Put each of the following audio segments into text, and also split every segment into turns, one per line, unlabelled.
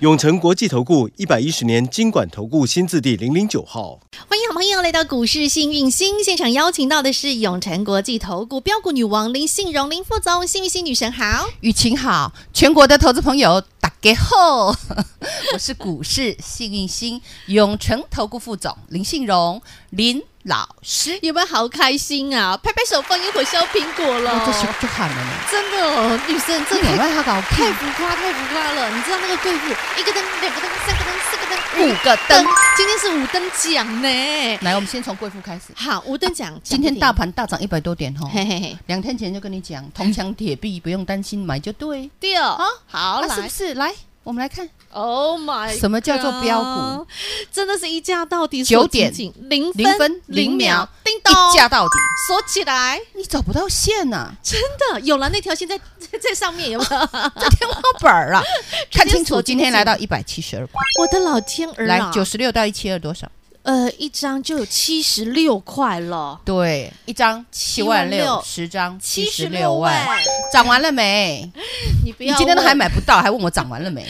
永诚国际投顾一百一十年金管投顾新字第零零九号，
欢迎好朋友来到股市幸运星现场，邀请到的是永诚国际投顾标股女王林信荣林副总，幸运星女神好。
雨晴好，全国的投资朋友打给后， 我是股市幸运星永诚投顾副总林信荣林老师，
有没有好开心啊？拍拍手，放烟火，削苹果了。
哦这是就喊了呢，
真的哦，女生
这
真
两
的
万他搞
太
看
浮夸，太浮夸了。你知道那个贵妇，一个灯、两个灯、三个灯、四个灯、
五个灯。，
今天是五灯奖呢。
来，我们先从贵妇开始。
好，五灯奖，
今天大盘大涨一百多点哦，
嘿嘿嘿，
两天前就跟你讲，铜墙铁壁，不用担心，买就对。
第二啊，好
啊是不
来
是？来，我们来看
，Oh my，
什么叫做标股？
God？真的是一价到底，
九点
零
零分零
零
秒
秒，，叮咚，
一价到底，
锁起来，
你找不到线啊呐、
真的有了那条线在 在上面，有
啊
没有？
这天花板儿 啊！看清楚，
锁进
今
去
天来到一百七十二块，
我的老天儿
来
啊！
九十六到一七二多少？
呃，一张就有七十六块了，
对，一张七万六
76，
十张七十
76
六万，涨完了没？
你不
你
要，
今天都还，买不到，还问我涨完 了没？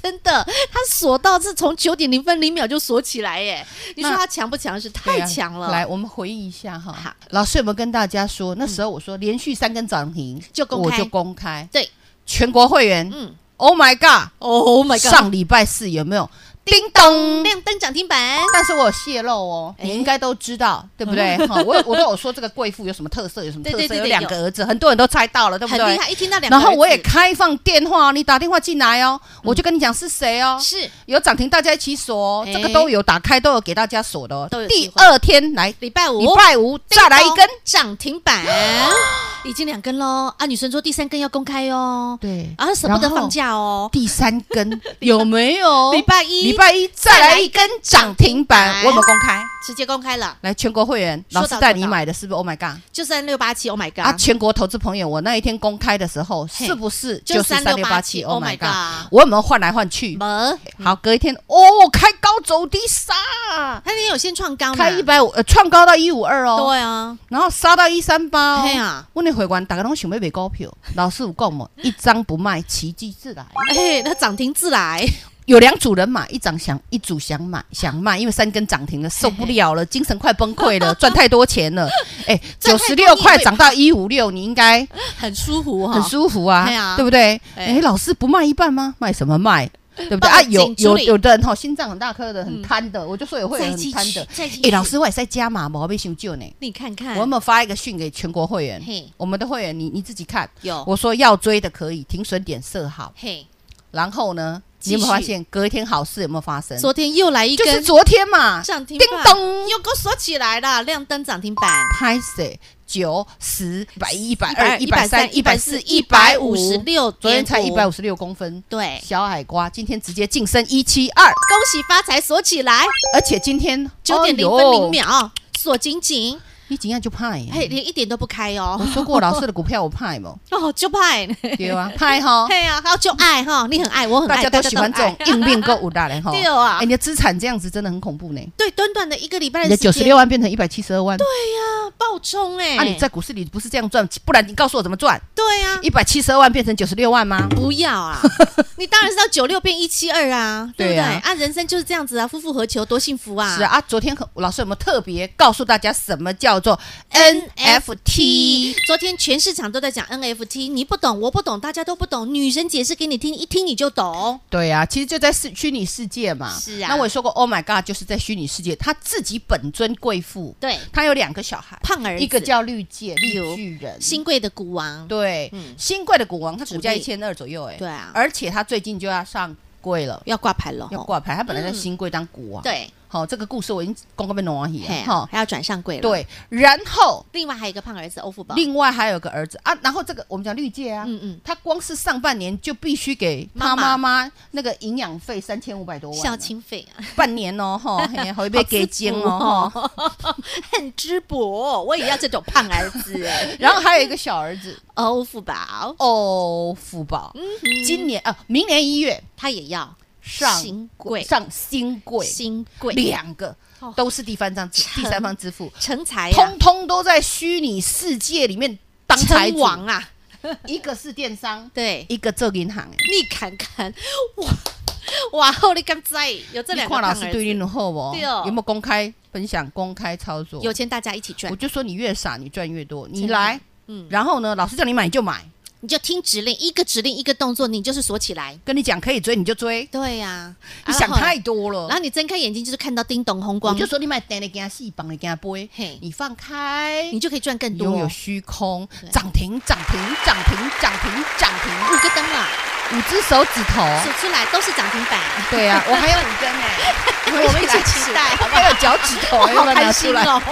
真的，它锁到是从九点零分零秒就锁起来耶！你说
那
它强不强？是
对
太
啊
强了，
来，我们回忆一下哈
好。
老师有没有跟大家说，那时候我说连续三根涨停
嗯就公
我
开
就公开，
对，
全国会员
嗯
，Oh my God！
，Oh my god，
上礼拜四有没有？叮咚，
亮灯涨停板，
但是我有泄露哦，
哎
你应该都知道，对不 对？哈，我有我都有说这个贵妇有什么特色，有什么特色，
对对对对
有两个儿子，很多人都猜到了，对不
很厉
对？
害，一听到两个
然
儿子，
后我也开放电话，你打电话进来哦，我就跟你讲是谁哦。
是
有涨停，大家一起锁哦，
哎
这个都有打开，都有给大家锁的哦
都有。机
第
会
二天来，
礼拜五，
礼拜五再来一根
叮，咚涨停 板，已经两根喽。啊，女生说第三根要公开哦，
对
啊，舍不得
然后
放假哦。
第三根 有没有？
礼拜一
礼拜一再来一根涨停板，
板
我有没有公开？
直接公开了，
来，全国会员，
说
老
到
师带
做
你
到
买的是不是？Oh my god！
就三六八七，Oh my
啊，
god，
全国投资朋友，我那一天公开的时候，
嘿
是不是
就
就是是三六八七？Oh my god！
god，
我有没有换来换去？
没，
好，隔一天，哦，开高走低杀，
他也有先创高嘛，
开一百五，呃，创高到一五二哦，
对啊，
然后杀到一三八
嘿
哦。
啊，
我那回关，大家拢想要卖股票， 老师有讲嘛，一张不卖，奇迹自来。
哎，那涨停自来，
有两组人买，一张想一组想买想卖，因为三根涨停了，受不了了，精神快崩溃 了，赚太多钱了。哎，
赚
九
太
十
多
六
你也
块
会
涨到一五六，你应该
很舒服哦哈，
很舒服啊，
对啊
对不对？
哎
哎，老师不卖一半吗？卖什么 卖？对不
报
对啊？
警
有
处
有
理
有的人哈，心脏很大颗的，
嗯
很贪的，我就说有会员
再
很
继
贪
续
的。，
再继
哎，
续，
老师，我也在加码嘛，我被修救呢。
你看看，
我有没有发一个讯给全国会员
嘿？
我们的会员，你你自己看。
有，
我说要追的可以，停损点设好，
嘿，
然后呢，
继
你
续
有没有发现隔一天好事有没有发生？
昨天又来一
就是
根
昨天嘛，
涨停
叮
板，
咚，
又给我锁起来了，亮灯涨停板。
拍水九十一百一一百
二
二
一
一
百
百
三
三
一
一
百
百
四
四
一
一
百
百
五
五
十
十
六，
昨天才一百
五，
五十六公分，
对，
小矮瓜今天直接晋升一七二，
恭喜发财锁起来，
而且今天
九点
哎
零分零，秒锁紧紧，
哎呦你怎样就怕
嘿，
耶？
连一点都不开
我
哦，
说过老师的股票我怕吗？
哦，就派，
对啊，怕哈，
嘿呀，还有就爱哈，你很爱，我很
大
爱，
家都喜欢这种
大家都很爱
硬面购物的人哈。
对啊
哎，你的资产这样子真的很恐怖呢，
对，短短的一个礼拜
你
的
的
时
九十
间
六万变成一百七十二万，对，
爆冲哎，
啊，你在股市里不是这样赚，不然你告诉我怎么赚？
对呀，
一百七十二万变成九十六万吗？
不要 啊，你当然是要九六变一七二啊，对不对？
对啊
啊，人生就是这样子啊，夫复何求，多幸福啊！
是啊，啊昨天可老师有没有特别告诉大家什么叫做 NFT？
昨天全市场都在讲 NFT，你不懂，我不懂，大家都不懂。女神解释给你听，一听你就懂。
对啊，其实就在世虚拟世界嘛。
是啊
那我也说过，Oh my God，就是在虚拟世界，她自己本尊贵妇，
对，
她有两个小孩，
胖儿子
一个叫绿界
有
绿巨人，
新贵的股王，
对
嗯，
新贵的股王，他股价
准
一
备
千二左右，哎，
对啊
而且他最近就要上柜了，
要挂牌了
要
吼，
挂牌，他本来在
嗯
新贵当股王，
对，
好、这个故事我已经公告被弄完
嘿
了，
啊，
哈、
还要转上柜了。，
对，然后
另外还有一个胖儿子欧富宝，
另外还有个儿子啊，然后这个我们讲绿界啊，
哦嗯嗯
他光是上半年就必须给他
妈
妈妈那个营养费三千五百多万了，
孝亲费啊，
半年哦，哈， 嘿好一杯给金哦，哈，
很知薄，我也要这种胖儿子哎
然后还有一个小儿子
欧富宝，
哦，福宝，
嗯
今年啊，明年一月
他也要
上
新贵
上新贵，
新贵
两个
哦
都是第三方支第三方支付，
成才啊呀
通，通都在虚拟世界里面当财
成
主
王，啊，
一个是电商，
对，
一个做银行，
你看看，哇哇，你敢在有这
你
两个
看老
胖
师
儿
对你
子，
很好哦，
对哦
有没有公开分享、公开操作？
有钱大家一起赚
我，就说你越傻，你赚越多，你
真的
来，
嗯，
然后呢，老师叫你买你就买，
你就听指令，一个指令一个动作，你就是锁起来。
跟你讲可以追你就追，
对呀，
你想
然后
太多了
然。后你睁开眼睛就是看到叮咚红
哦我
光，
就说你买单的给他细绑的给他背
嘿，
你放开，
你就可以赚更
你
多，
哎拥有
五
虚空
对
涨停涨停涨停涨停涨停，
个灯了，
五只手指头。
数出来都是涨停板。
对啊，我还有五根哎，
我们一起期待好不好
还有脚趾头，要
好
不要拿
开
出
心
来？
哦！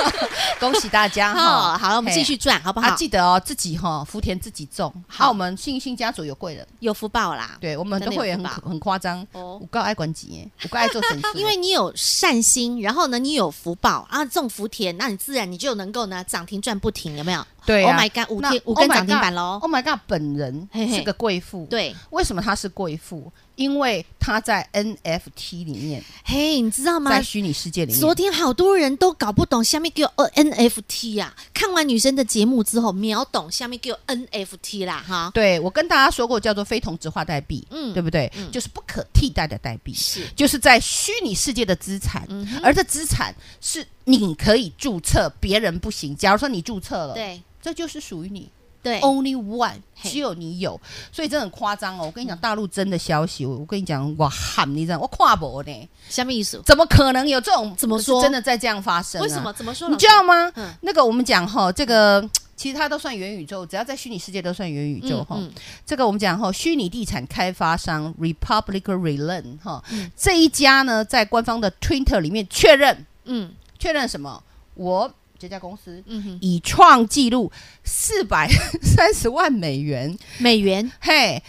恭喜大家
好，
哈！
好，我们继续赚，好不
嘿。
好
啊，？记得哦，自己哈福田自己种。啊好，我们信心家族有贵人，
有福报啦，
对我们的
真的有
会员
福
很
报
很夸张，
哦，
我够爱管钱，我够爱做神事
因为你有善心，然后呢，你有福报啊，种福田，那你自然你就能够呢涨停赚不停，有没有？
对啊
Oh my god，五
那
天五
Oh
根
my
涨停
God，
板喽！
Oh my god，本人
嘿嘿
是个贵妇，。
对，
为什么她是贵妇？因为她在 NFT 里面，
嘿，你知道吗
在？虚拟世界里
昨
面，
天好多人都搞不懂下面给我 NFT 啊，看完女生的节目之后秒懂下面给我 NFT 啦哈。
对我跟大家说过，叫做非同质化代币，
嗯
对不对？
嗯
就是不可替代的代币，
是嗯
就是在虚拟世界的资产，而这资产是你可以注册，别人不行。假如说你注册了，，
对哦
这就是属于你。
对，
Only one，
嘿嗯
只有你有，所以真的很夸张哦！我跟你讲，大陆真的消息，我我跟你讲，哇喊你这样，我跨博呢，
下面一组
怎么可能有这种？
怎么说
真的在这样发生、啊？
为什么？怎么说？
你知道吗？
嗯
那个我们讲哈，这个其实它都算元宇宙，只要在虚拟世界都算元宇宙
嗯
哈。
嗯，
这个我们讲哈，虚拟地产开发商 Republic r e l a n 哈、这一家呢，在官方的 Twitter 里面确认，
嗯
确认什么？我这家公司
嗯哼，
已创纪录四百 三十万美元，
美元
嘿，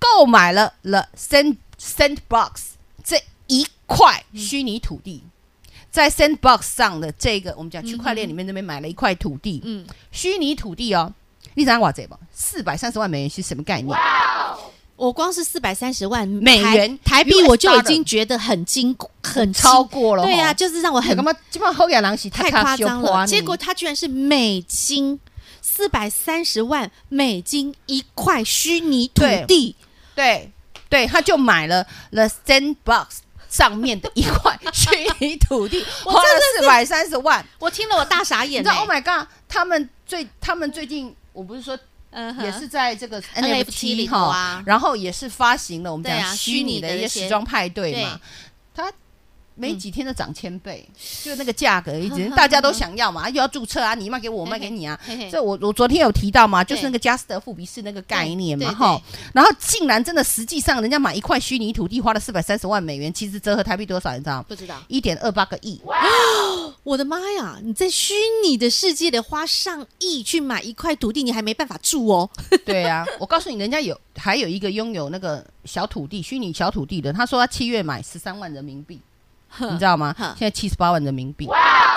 购买了了 Sand Sandbox 这一块
嗯
虚拟土地，在 Sandbox 上的这个我们讲区块链里面那边买了一块土地，
嗯
嗯，虚拟土地哦，你知道我这吧？四百三十万美元是什么概念？
我光是四百三十万
美元
台台币，
US
我就已经觉得很惊很惊
超过了吼，
对啊，就是让我很
干嘛？基本上后亚狼是
太夸张了。结果它居然是美金四百三十万美金一块虚拟土地，
对对，他就买了 The Sandbox 上面的一块虚拟土地，
我
花了
真的
四
是
百三十万。
我听了我大傻
你
眼、
知
欸。
道？Oh my god！他们最他们最近，我不是说
嗯哼
也是在这个
NFT 里头
哈
啊
然后也是发行了我们
对啊
讲虚拟
虚拟的
的一些
一些
时装派对嘛，它没几天就涨千
嗯
倍，就那个价格一 直大家都想要嘛，啊又要注册啊，你卖给我，我卖给你啊。
嘿嘿
这我我昨天有提到嘛，
对
就是那个加斯德富比士那个概念嘛
对对
哈，然后竟然真的实际上人家买一块虚拟土地花了四百三十万美元，其实折合台币多少你知道吗？
不知道，
一点二八个亿，
我的妈呀！你在虚拟的世界里花上亿去买一块土地，你还没办法住哦。
对啊，我告诉你，人家有还有一个拥有那个小土地、虚拟小土地的，他说他七月买十三万人民币，你知道吗？
哼
现在七十八万人民币，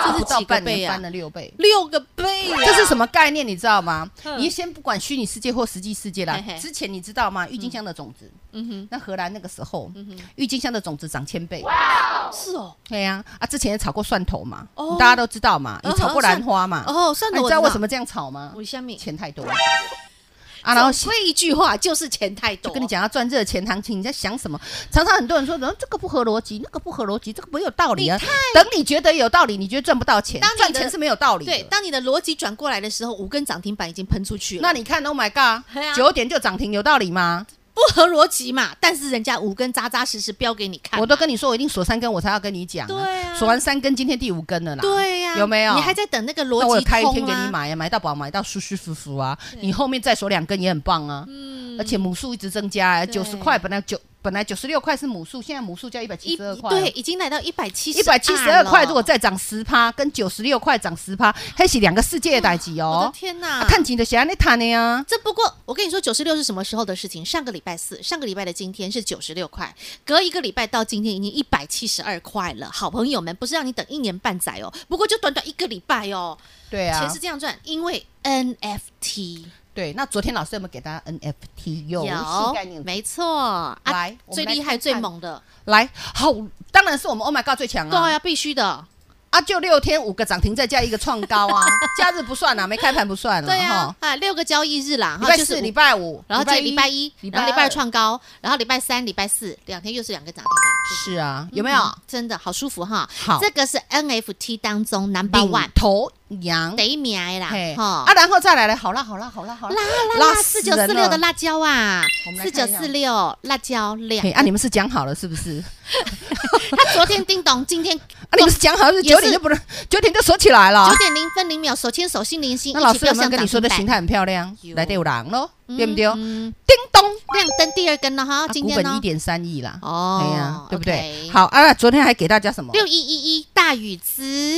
这
不
是
到
几个
半
倍
年
啊
翻？了六倍。
六个倍啊！
这是什么概念？你知道吗？
哼
你先不管虚拟世界或实际世界啦
嘿。嘿
之前你知道吗？郁金香的种子，
嗯哼，嗯
那荷兰那个时候，郁金香的种子涨千倍。
是哦。
对呀，啊，之前也炒过蒜头嘛
哦，
大家都知道嘛，
嗯
也炒过兰花嘛。
哦，算
啊
了，
你
我
知道为什
么？
么这样炒吗
我？下面
钱太多了啊，然后
所以一句话就是钱太多。
就跟你，讲要赚热钱行情，你在想什么？常常很多人说，嗯，这个不合逻辑，那个不合逻辑，这个没有道理啊。等你觉得有道理，你觉得赚不到钱
当，你的
赚钱是没有道理的。
对，当你的逻辑转过来的时候，五根涨停板已经喷出去了。
那你看，Oh my God，
对啊
九、点就涨停，有道理吗？
不合逻辑嘛，但是人家五根扎扎实实标给你看嘛，
我都跟你说，我一定锁三根，我才要跟你讲、
对啊
锁完三根，今天第五根了啦。
对呀、
有没有
你还在等那个
那我
逻
有
辑
开一天
通
给你
啊？
买呀、买到饱，买到舒舒服服啊！你后面再锁两根也很棒啊，而且母数一直增加、
嗯
哎，
对
九十块本来九本来九十六块是母数，现在母数叫一百七
一
十二块，
对，，已经来到一百七十
一百七十二块如果再涨十趴，跟九十六块涨十趴，还是两个世界的代际
我
哦
的。天哪！
啊看紧的谁让你谈的呀？
这不过，我跟你说，九十六是什么时候的事情？上个礼拜四，上个礼拜的今天是九十六块，隔一个礼拜到今天已经一百七十二块了。好朋友们，不是让你等一年半载哦，不过就短短一个礼拜哦，
对啊
钱，是这样赚，因为 NFT
对。那昨天老师有没有给大家 NFT 游戏概念股？
没错，啊
来我
最
们来
厉害、
看看
最猛的，
来，好，当然是我们 Oh my God 最强
对
啊！
啊，必须的，
啊，就六天五个涨停，再加一个创 高啊，假日不算啊，没开盘不算了。
对啊
哈，，
啊，六个交易日啦，
礼
哈，
拜
就是
四、
五
礼拜五，
然后这礼拜一，然后礼拜二
二
创高，然后礼拜三、礼拜四两天又是两个涨停板，
是啊，有没有？
嗯真的好舒服哈？
好
这个是 NFT 当中 number
领
one
头羊，
得名的啦
嘿，
哈
啊，。然后再来了，好啦，好啦，好啦，好啦
辣，辣辣四
死
九四
人
六的
了
辣椒啊
我，们
四
来
九
看一下
四六辣椒两
嘿，，啊，你们是讲好了是不是？
他昨天叮咚， 今天
啊，你们是讲好是
也是
九点就不能，九点就锁起来了
九。点零分零秒手牵手心连心，
那
一
老
起
师有
飙
没有
向
跟
涨
你说的
停
形
板
态很漂亮
有？
来得有狼咯，对不对？
嗯
叮咚，
亮灯第二根了哈，
啊
今
股
天
本一
呢？
点三亿啦，
哦
哎呀，对不对？
OK
好啊，那昨天还给大家什么？
六一一一大禹资，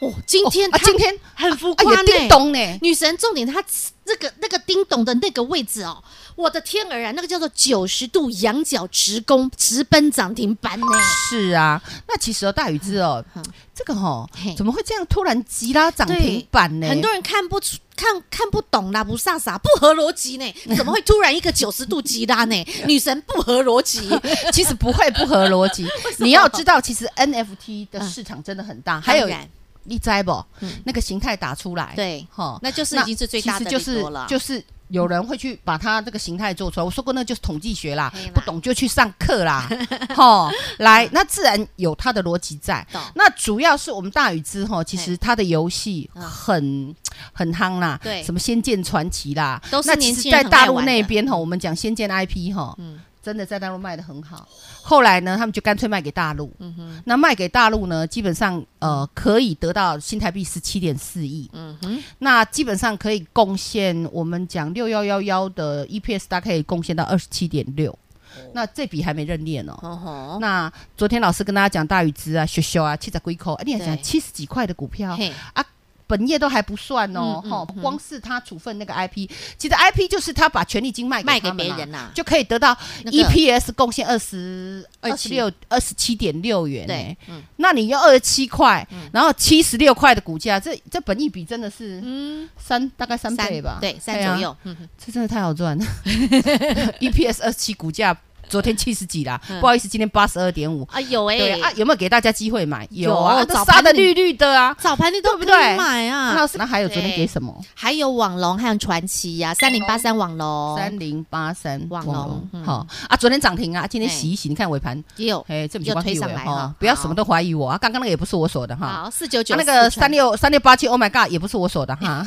哦，今
哦
天
啊，
它
今天
很浮
哎
夸
呀，
呢
叮咚呢，
女神，重点她那个那个叮咚的那个位置哦，我的天儿啊，那个叫做九十度仰角直攻，直奔涨停板呢。
是啊，那其实哦，大禹之哦
嗯，
这个哦
嘿，
怎么会这样突然急拉涨停板呢？
很多人看不出、看看不懂啦，不飒飒，不合逻辑呢，怎么会突然一个九十度急拉 呢？女神不合逻辑，
其实不会不合逻辑
为什，么嗯
你要知道，其实 NFT 的市场真的很大， 还有
当然
你摘不那个形态打出来，
嗯对
哈
那就是已经是最大的
其实
利
就
多了
是就是有人会去把它这个形态做出来。我说过，那就是统计学啦
嘿啦，
不懂就去上 课啦，哈，来，那自然有它的逻辑在
懂。
那主要是我们大禹之哈，其
嘿
实它的游戏
嗯
很很夯啦，
对
什么《仙剑传奇》啦，
都是
那
年
其
轻
实
人
在
很
大
爱
陆
玩
那
的
边哈，我们讲《仙剑》IP 哈，
嗯
真的在大陆卖的很好。后来呢，他们就干脆卖给大陆。
嗯哼，
那卖给大陆呢，基本上呃可以得到新台币十七点四亿，
嗯哼，
那基本上可以贡献我们讲六幺幺幺的 EPS，大概可以贡献到二十七点六。那这笔还没认列呢。
哦吼，
那昨天老师跟大家讲大禹资啊、学修啊、七十几块，哎、你还讲
对
七十几块的股票，
嘿，
本业都还不算哦，
嗯嗯
吼
嗯
光是他处分那个 IP，其实 IP 就是他把权利金卖
卖
给
给
他们
别
啦
人啊啦，
就可以得到
那个
EPS 贡献二十二
27
十六二十七点六元、
对
欸，，
嗯
那你要二十七块，然后七十六块的股价，这这本益比真的是
嗯，
三大概三倍吧，
对，三
啊
左，右，嗯哼
这真的太好赚了 ，EPS 二十七股价。昨天七十几啦，
嗯
不好意思，今天八十二点五。
啊有哎
对啊，，有没有给大家机会买？
有
有啊，
早
都
盘
杀的
你
绿绿的啊。
早盘你都不
对不
以
对
买
那
啊
老，师，那还有昨天
对
给什么？
还有网龙和传奇呀，三零八三网龙，
三零八三
网龙嗯
好啊，昨天涨停啊，今天
嘿
洗一洗，你看尾盘，
也有
哎，这不
又
是
推
推
上
上
来
来
哈
哈，不要
好
什么都怀疑我啊，刚刚那个也不是我锁的哈，
好四九九
啊那个三，六三六八七，Oh my God，也不是我锁的
啊
哈，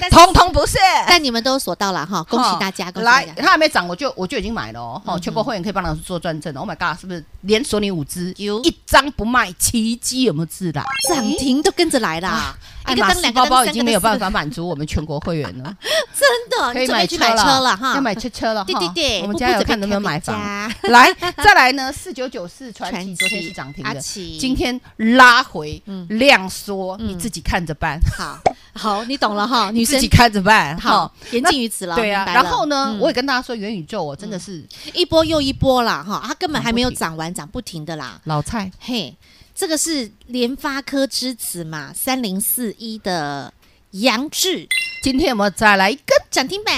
但是
通通不是。
但你们都锁到了哈，恭喜大家，
哈
恭喜大
来，
家！
它还没涨，我就我就已经买了哦。
嗯
哦，
哼
全国会员可以帮老师做转正。Oh my god，是不是连锁你五只，
有
一张不卖，奇迹有没有字啦？
涨停都跟着来啦一
啊，爱
个
马
灯
仕
两个
包
灯
包已
三
经
个
没有
灯
办
四个
法满足我们全国会员了，
真的，哦
可
你
以
准备
买
去
车
买车了哈，
要买车车了哈。
对对对，
我
步
们
步
家有
准备
看能不能
开
买
回
房。
家
来，再来呢？四九九四传
传
奇
奇
昨天是涨停
阿
的，
奇
今天拉回
嗯
量缩，
嗯
你自己看着办，
好好， 你懂了哈，女
你自
生
己看着办。
好
哈，
言
那
尽于此了，
对啊，
明白了
然后呢
嗯，
我也跟大家说，元宇宙我哦真的是
一波又一波啦哈，它根本
涨
还没
不
有
停
涨完，涨不停的啦，
老菜，
嘿，这个是联发科之子嘛，三零四一的杨志
今天我们再来一根，
涨停 板，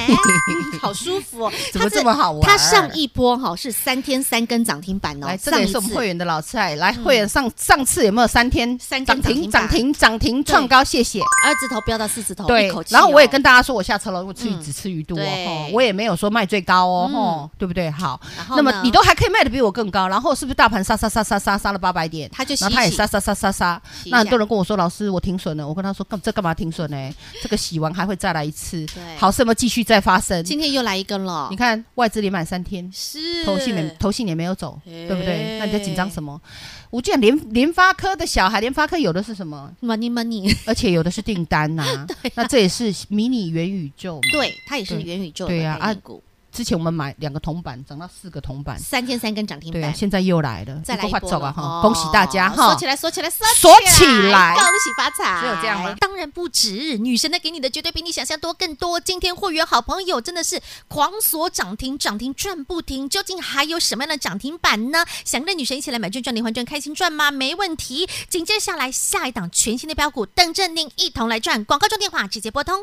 好舒服哦，
怎么
它
这么好玩？
它上一波哈是三天三根涨停板哦，
来，这
上
个
一
也是我们
次嗯
会员的老菜。来，会员上上次有没有三天
三根
涨
涨停
停涨
板
停涨停创高？谢谢。
二字头飙到四字头，一
对
口，气哦、
然后我也跟大家说，我下车了，我吃鱼
嗯
只吃鱼肚哦
对
吼，我也没有说卖最高哦，
嗯
吼，对不对？好，
然后
那
呢，
么你都还可以卖的比我更高，然后是不是大盘杀杀杀杀杀杀了八百点？
他就洗
然后他也
洗
杀杀杀杀杀
洗一，
那很
下
多人跟我说，老师我停损了，我跟他说干这干嘛停损呢？这个洗完还会再来一次
对，
好什么继续再发生？
今天又来一根了，
你看外资连买三天，
是
投信也投信也没有走，
哎
对不对？那你在紧张什么？我居然联联发科的小孩，联发科有的是什么？
money money，
而且有的是订单呐、那这也是迷你元宇宙嘛。
啊对，它也是
对
元宇宙的
对啊
概念股，
之前我们买两个铜板，涨到四个铜板，
三天三根涨停
对啊，
板，
现在又来了，
再来
你
一
够发
波
走
了
啊哈！
哦
恭喜大家哈
锁！起来，锁起来，锁
锁起来
恭喜发财！
只有这样吗
当然不止，女神呢给你的绝对比你想象多更多。今天会员好朋友真的是狂锁涨停，涨停赚不停，究竟还有什么样的涨停板呢？想跟女神一起来买赚赚连环赚，开心赚吗？没问题。紧接下来下一档全新的标股等着您一同来赚，广告中电话直接拨通。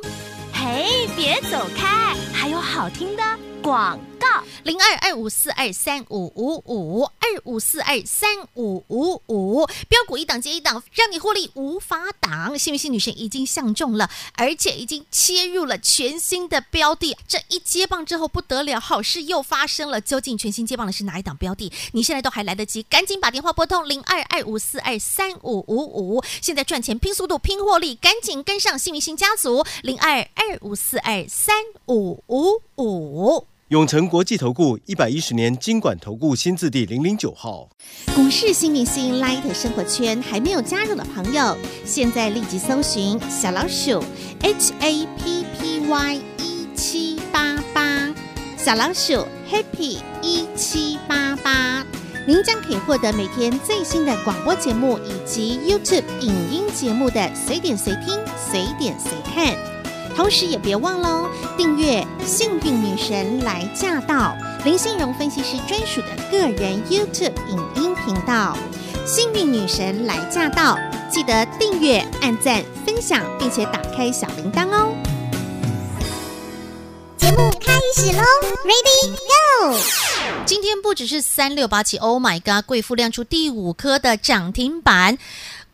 嘿，别走开，还有好听的广告。
零二二五四二三五五五二五四二三五五五，标股一档接一档，让你获利无法挡。幸运星女神已经相中了，而且已经切入了全新的标的。这一接棒之后不得了，好事又发生了。究竟全新接棒的是哪一档标的？你现在都还来得及，赶紧把电话拨通零二二五四二三五五五。现在赚钱拼速度拼获利，赶紧跟上幸运星家族零二二五四二三五五五。
永诚国际投顾一百一十年金管投顾新字第零零九号，
股市新明星 Light 生活圈还没有加入的朋友，现在立即搜寻小老鼠 HAPPY 一 E 七八八，小老鼠 Happy 一 E 七八八，您将可以获得每天最新的广播节目以及 YouTube 影音节目的随点随听、随点随看。同时也别忘了哦订阅《幸运女神来驾到》林信荣分析师专属的个人 YouTube 影音频道《幸运女神来驾到》，记得订阅、按赞、分享，并且打开小铃铛哦。
节目开始喽，Ready Go！
今天不只是三六八七，Oh my god！贵妇亮出第五颗的涨停板。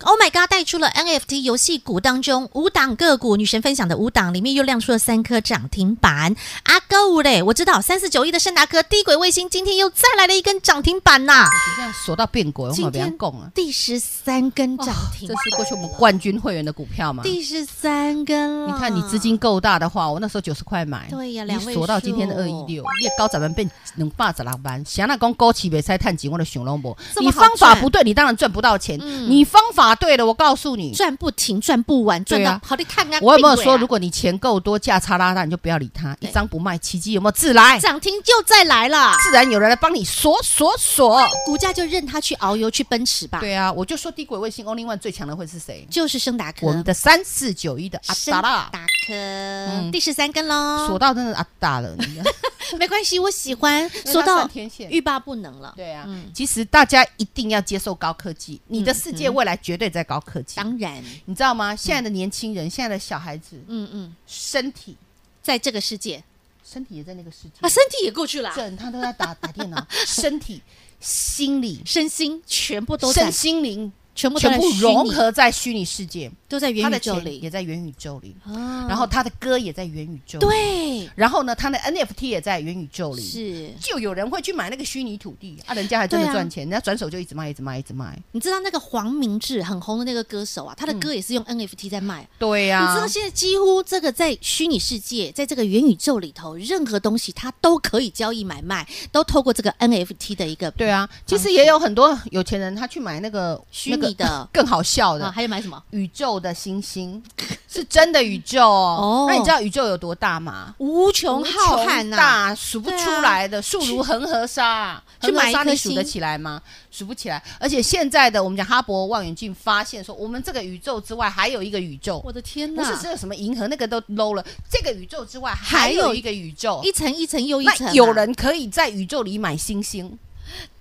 Oh my god！带出了 NFT 游戏股当中五档个股，女神分享的五档里面又亮出了三颗涨停板。阿够嘞！我知道三四九一的圣达科低轨卫星今天又再来了一根涨停板呐、
现在锁到变轨，我
今
们不要
天
供了。
第十三根涨停
哦这，是过去我们冠军会员的股票嘛？
第十三根啊了。
你看你资金够大的话，我那时候九十块买，
对呀
你
两位
锁到今天的
数
二一六，你也高咱们变能霸着老板。想那讲枸杞别塞探紧，我的熊龙博，
这么
你
好赚
方法不对，你当然赚不到钱。
嗯
你方法对了，我告诉你，
赚不停，赚不完，赚
对
到
啊
好的看啊！
我有没有
病
说，
鬼啊
如果你钱够多，价差拉大，你就不要理它，一
对
张不卖，奇迹有没有自来？
哎涨停又再来了，
自然有人来帮你锁锁锁。
股价就任它去遨游，去奔驰吧。
对啊，我就说低轨卫星 Only One 最强的会是谁？
就是升达科，
我们的三四九一的阿
升
达啦，
达
嗯
科第十三根喽，
锁到真的阿达 了，你知道
没关系，我喜欢
它
说到
嗯算天线
欲罢不能了。
对啊
嗯，
其实大家一定要接受高科技，你的
嗯
世界未来绝对在高科技。
当然，
你知道吗？现在的年轻人，现在的小孩子，
嗯嗯，
身体
在这个世界
身体也在那个世
啊，
界，
身体也过去了啊，
整他都在打打电脑，身体、心理、
身心全部都在
身，心灵
全部都
全
在
部
虚拟
融，合在虚拟世界，
都在
他
元宇
的
宙
钱也
里。
在元宇宙里，
啊
然后他的歌也在元宇宙，，
对，
然后呢，他的 NFT 也在元宇宙里，
是
就有人会去买那个虚拟土地啊，人家还真
对
的
啊
赚钱，人家转手就一直卖，一直卖，一直卖，
你知道那个黄明志很红的那个歌手啊，他的歌也是用 NFT 在卖。啊
对
你知道现在几乎这个在虚拟世界，在这个元宇宙里头，任何东西它都可以交易买卖，都透过这个 NFT 的一个
对啊，其实也有很多有钱人，他去买那个
虚拟的
那个 更好笑的、
啊，还有买什么？
宇宙的星星，是真的宇宙哦
哦。
那你知道宇宙有多大吗？
无穷浩瀚啊
无穷
呐、
大数不出来的，数如恒河沙啊。
去
恒河
买一
沙
颗
你数得
星
起来吗？数不起来。而且现在的我们讲哈勃望远镜发现说，我们这个宇宙之外还有一个宇宙，
我的天
不
呐！
是只有什么银河那个都 low 了，这个宇宙之外
还
还
有
有一个宇宙。
一层一层又一层、啊
那有人可以在宇宙里买星星，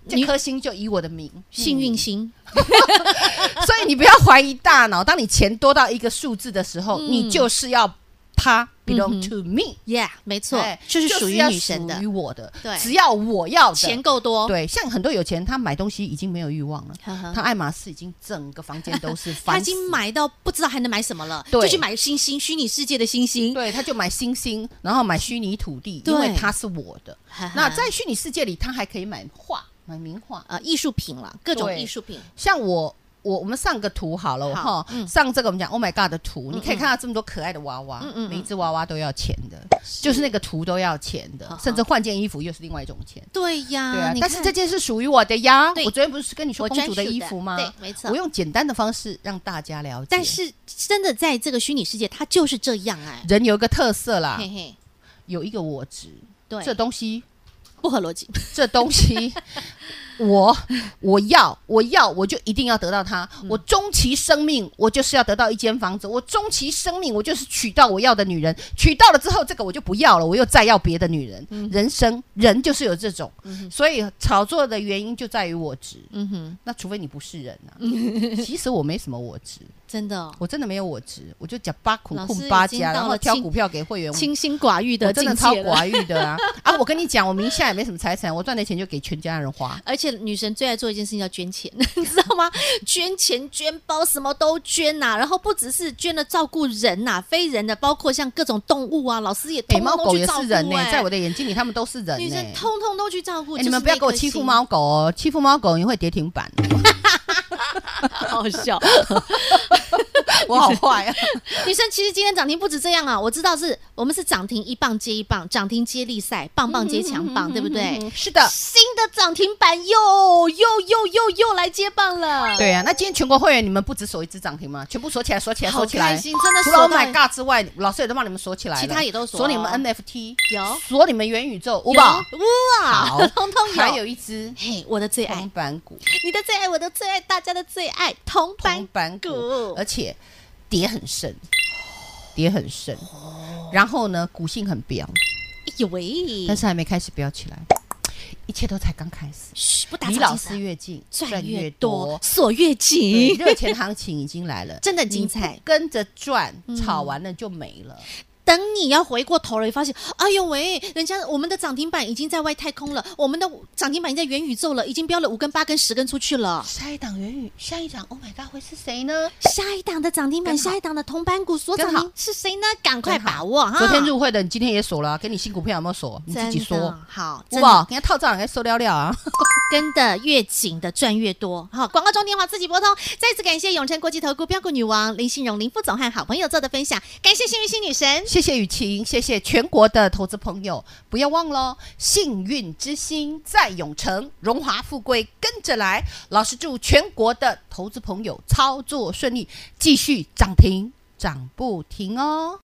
这
你
颗星就以我的名，嗯
幸运星，
所以你不要怀疑大脑，当你钱多到一个数字的时候，
嗯
你就是要它
嗯
belong to me，
yeah，没错
对，
就是属于
哎要
女神的
属于我的，
对
只要我要的
钱。哦够多，
对，像很多有钱，他买东西已经没有欲望了。
呵呵
他爱马仕已经整个房间都 是烦死，
嗯他已经买到不知道还能买什么了，
对
就去买星星，虚拟世界的星星。
对，他就买星星，然后买虚拟土地，
对啊
因为它是我的。
哈哈
那在虚拟世界里，他还可以买画，买名画。
呃艺术品了，各种
对
艺术品，
像我，我我们上个图好了
好
哈，上这个我们讲 Oh my God 的图，你可以看到这么多可爱的娃娃
嗯嗯嗯，
每一只娃娃都要钱的，就是那个图都要钱
好
的
好，
甚至换件衣服又是另外一种钱。
对呀，
对啊，
你
但是
看
这件是属于我的呀。
对
我昨天不是跟你说
我
公主
专
的
属
衣
的
服吗？
对没错
我用简单的方式让大家了解。
但是真的在这个虚拟世界，它就是这样哎、
人有一个特色啦，
嘿嘿，
有一个我值，
对，
啊这东西
不合逻辑。
这东西， 我我要我要我就一定要得到它。
嗯
我终其生命，我就是要得到一间房子。我终其生命，我就是娶到我要的女人。娶到了之后，这个我就不要了，我又再要别的女人。
嗯
人生人就是有这种，所以炒作的原因就在于我值。
嗯哼，
那除非你不是人 啊，其实我没什么我值，
真的、哦，
我真的没有我值，我就讲八苦
老师
控八
已经
家，
到
然后
了
挑
清
股票给会员。我
清心寡欲
我
的
真
境
的超
界了。
寡欲 的啊！啊，我跟你讲，我名下也没什么财产，我赚的钱就给全家人 花。
而且女神最爱做一件事情叫捐钱， 你知道吗？捐钱、捐包，什么都捐呐、然后不只是捐了照顾人呐、非人的，包括像各种动物啊，老师也
哎，
通
猫
通
狗
都去
也
照顾、
是
欸
人呢、在我的眼睛里，他们都是人
女
呢、
生通通都去照顾、
哎
就是
你们不要
那
给我
颗
欺负
心，
猫狗哦！欺负猫狗你会跌 停板，
好笑。
我好坏啊！
女生其实今天涨停不止这样啊，我知道是我们是涨停一棒接一棒，涨停接力赛，棒棒接强棒，
嗯
对不对？
是的，
新嗯的涨停板又又又又又来接棒了，
对啊。那今天全国会员你们不止锁一只涨停吗？全部锁起来，锁起来，锁
好
起来
开！心，真的
除了
锁
Oh
到
my God 之外，老师也都帮你们锁起来了，
其他也都锁哦
锁你们 NFT，
有
锁你们元宇宙，五
有
宝，
哇
好，
通通有，哎
还有一只
嘿，我的最爱
铜，板股，
你的最爱，我的最爱，大家的最爱，铜
铜
板哎
板股
股，
而且跌很深，跌很深。然后呢，股性很彪，
哎呦喂，
但是还没开始飙起来，一切都才刚开始。
嘘，不打
离
草
老
惊
师
蛇，
越近，
赚越多，锁越
对
紧，
热钱行情已经 来了，
真的很精彩
你不跟着转，炒完了就没了。
等你要回过头了，你发现，哎呦喂，人家我们的涨停板已经在外太空了，我们的涨停板已经在元宇宙了，已经飙了五根、八根、十根出去了。
下一档元宇，下一档 Oh my God 会是谁呢？
下一档的涨停板，
更好
下一档的铜板股所涨
更好
停是谁呢？赶快
更好
把握哈！
昨天入会的，你今天也锁了啊，给你新股票有没有锁？你自己
真的
说。
好，
五
真的
宝，人家套账，人家收了了啊！
跟的越紧的赚越多。好，广告中电话自己拨通。再次感谢永诚国际投顾标股女王林信荣林副总和好朋友做的分享，感谢幸运星女神。
谢谢雨晴，谢谢全国的投资朋友，不要忘了，哦幸运之星在永城，荣华富贵跟着来。老师祝全国的投资朋友操作顺利，继续涨停涨不停哦。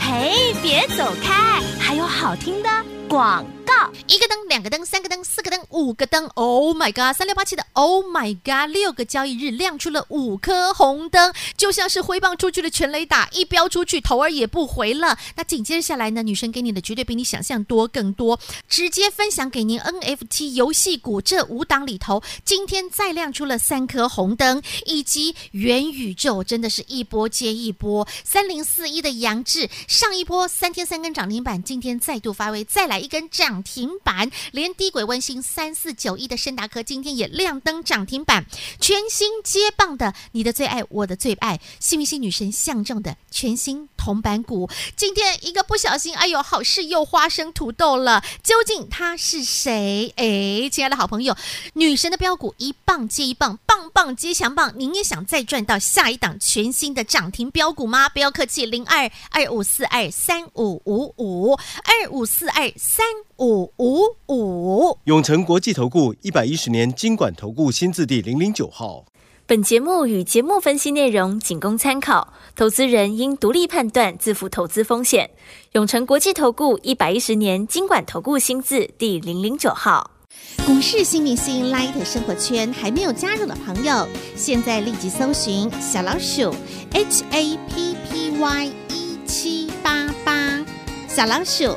嘿，别走开，还有好听的广告。
一个灯，两个灯，三个灯，四个灯，五个灯。Oh my god！三六八七的 Oh my god！六个交易日亮出了五颗红灯，就像是挥棒出去的全雷打，一飙出去，头儿也不回了。那紧接着下来呢，女生给你的绝对比你想象多更多，直接分享给您 NFT 游戏股这五档里头，今天再亮出了三颗红灯，以及元宇宙真的是一波接一波。三零四一的杨志，上一波三天三根涨停板，今天再度发威，再来一根涨停板。连低轨卫星三四九一的深达科今天也亮灯涨停板，全新接棒的你的最爱，我的最爱，幸运星女神相中的全新铜板股，今天一个不小心，哎呦，好事又花生土豆了。究竟他是谁？哎，亲爱的好朋友，女神的标股一棒接一棒，棒棒接强棒。您也想再赚到下一档全新的涨停标股吗？不要客气，零二二五四二三五五五二五四二三五五五。
永诚国际投顾一百一十年金管投顾新字第零零九号。
本节目与节目分析内容仅供参考，投资人应独立判断，自负投资风险。永诚国际投顾一百一十年经管投顾新字第零零九号。
股市新明星 Light 生活圈还没有加入的朋友，现在立即搜寻小老鼠 HAPPY 一七八八，小老鼠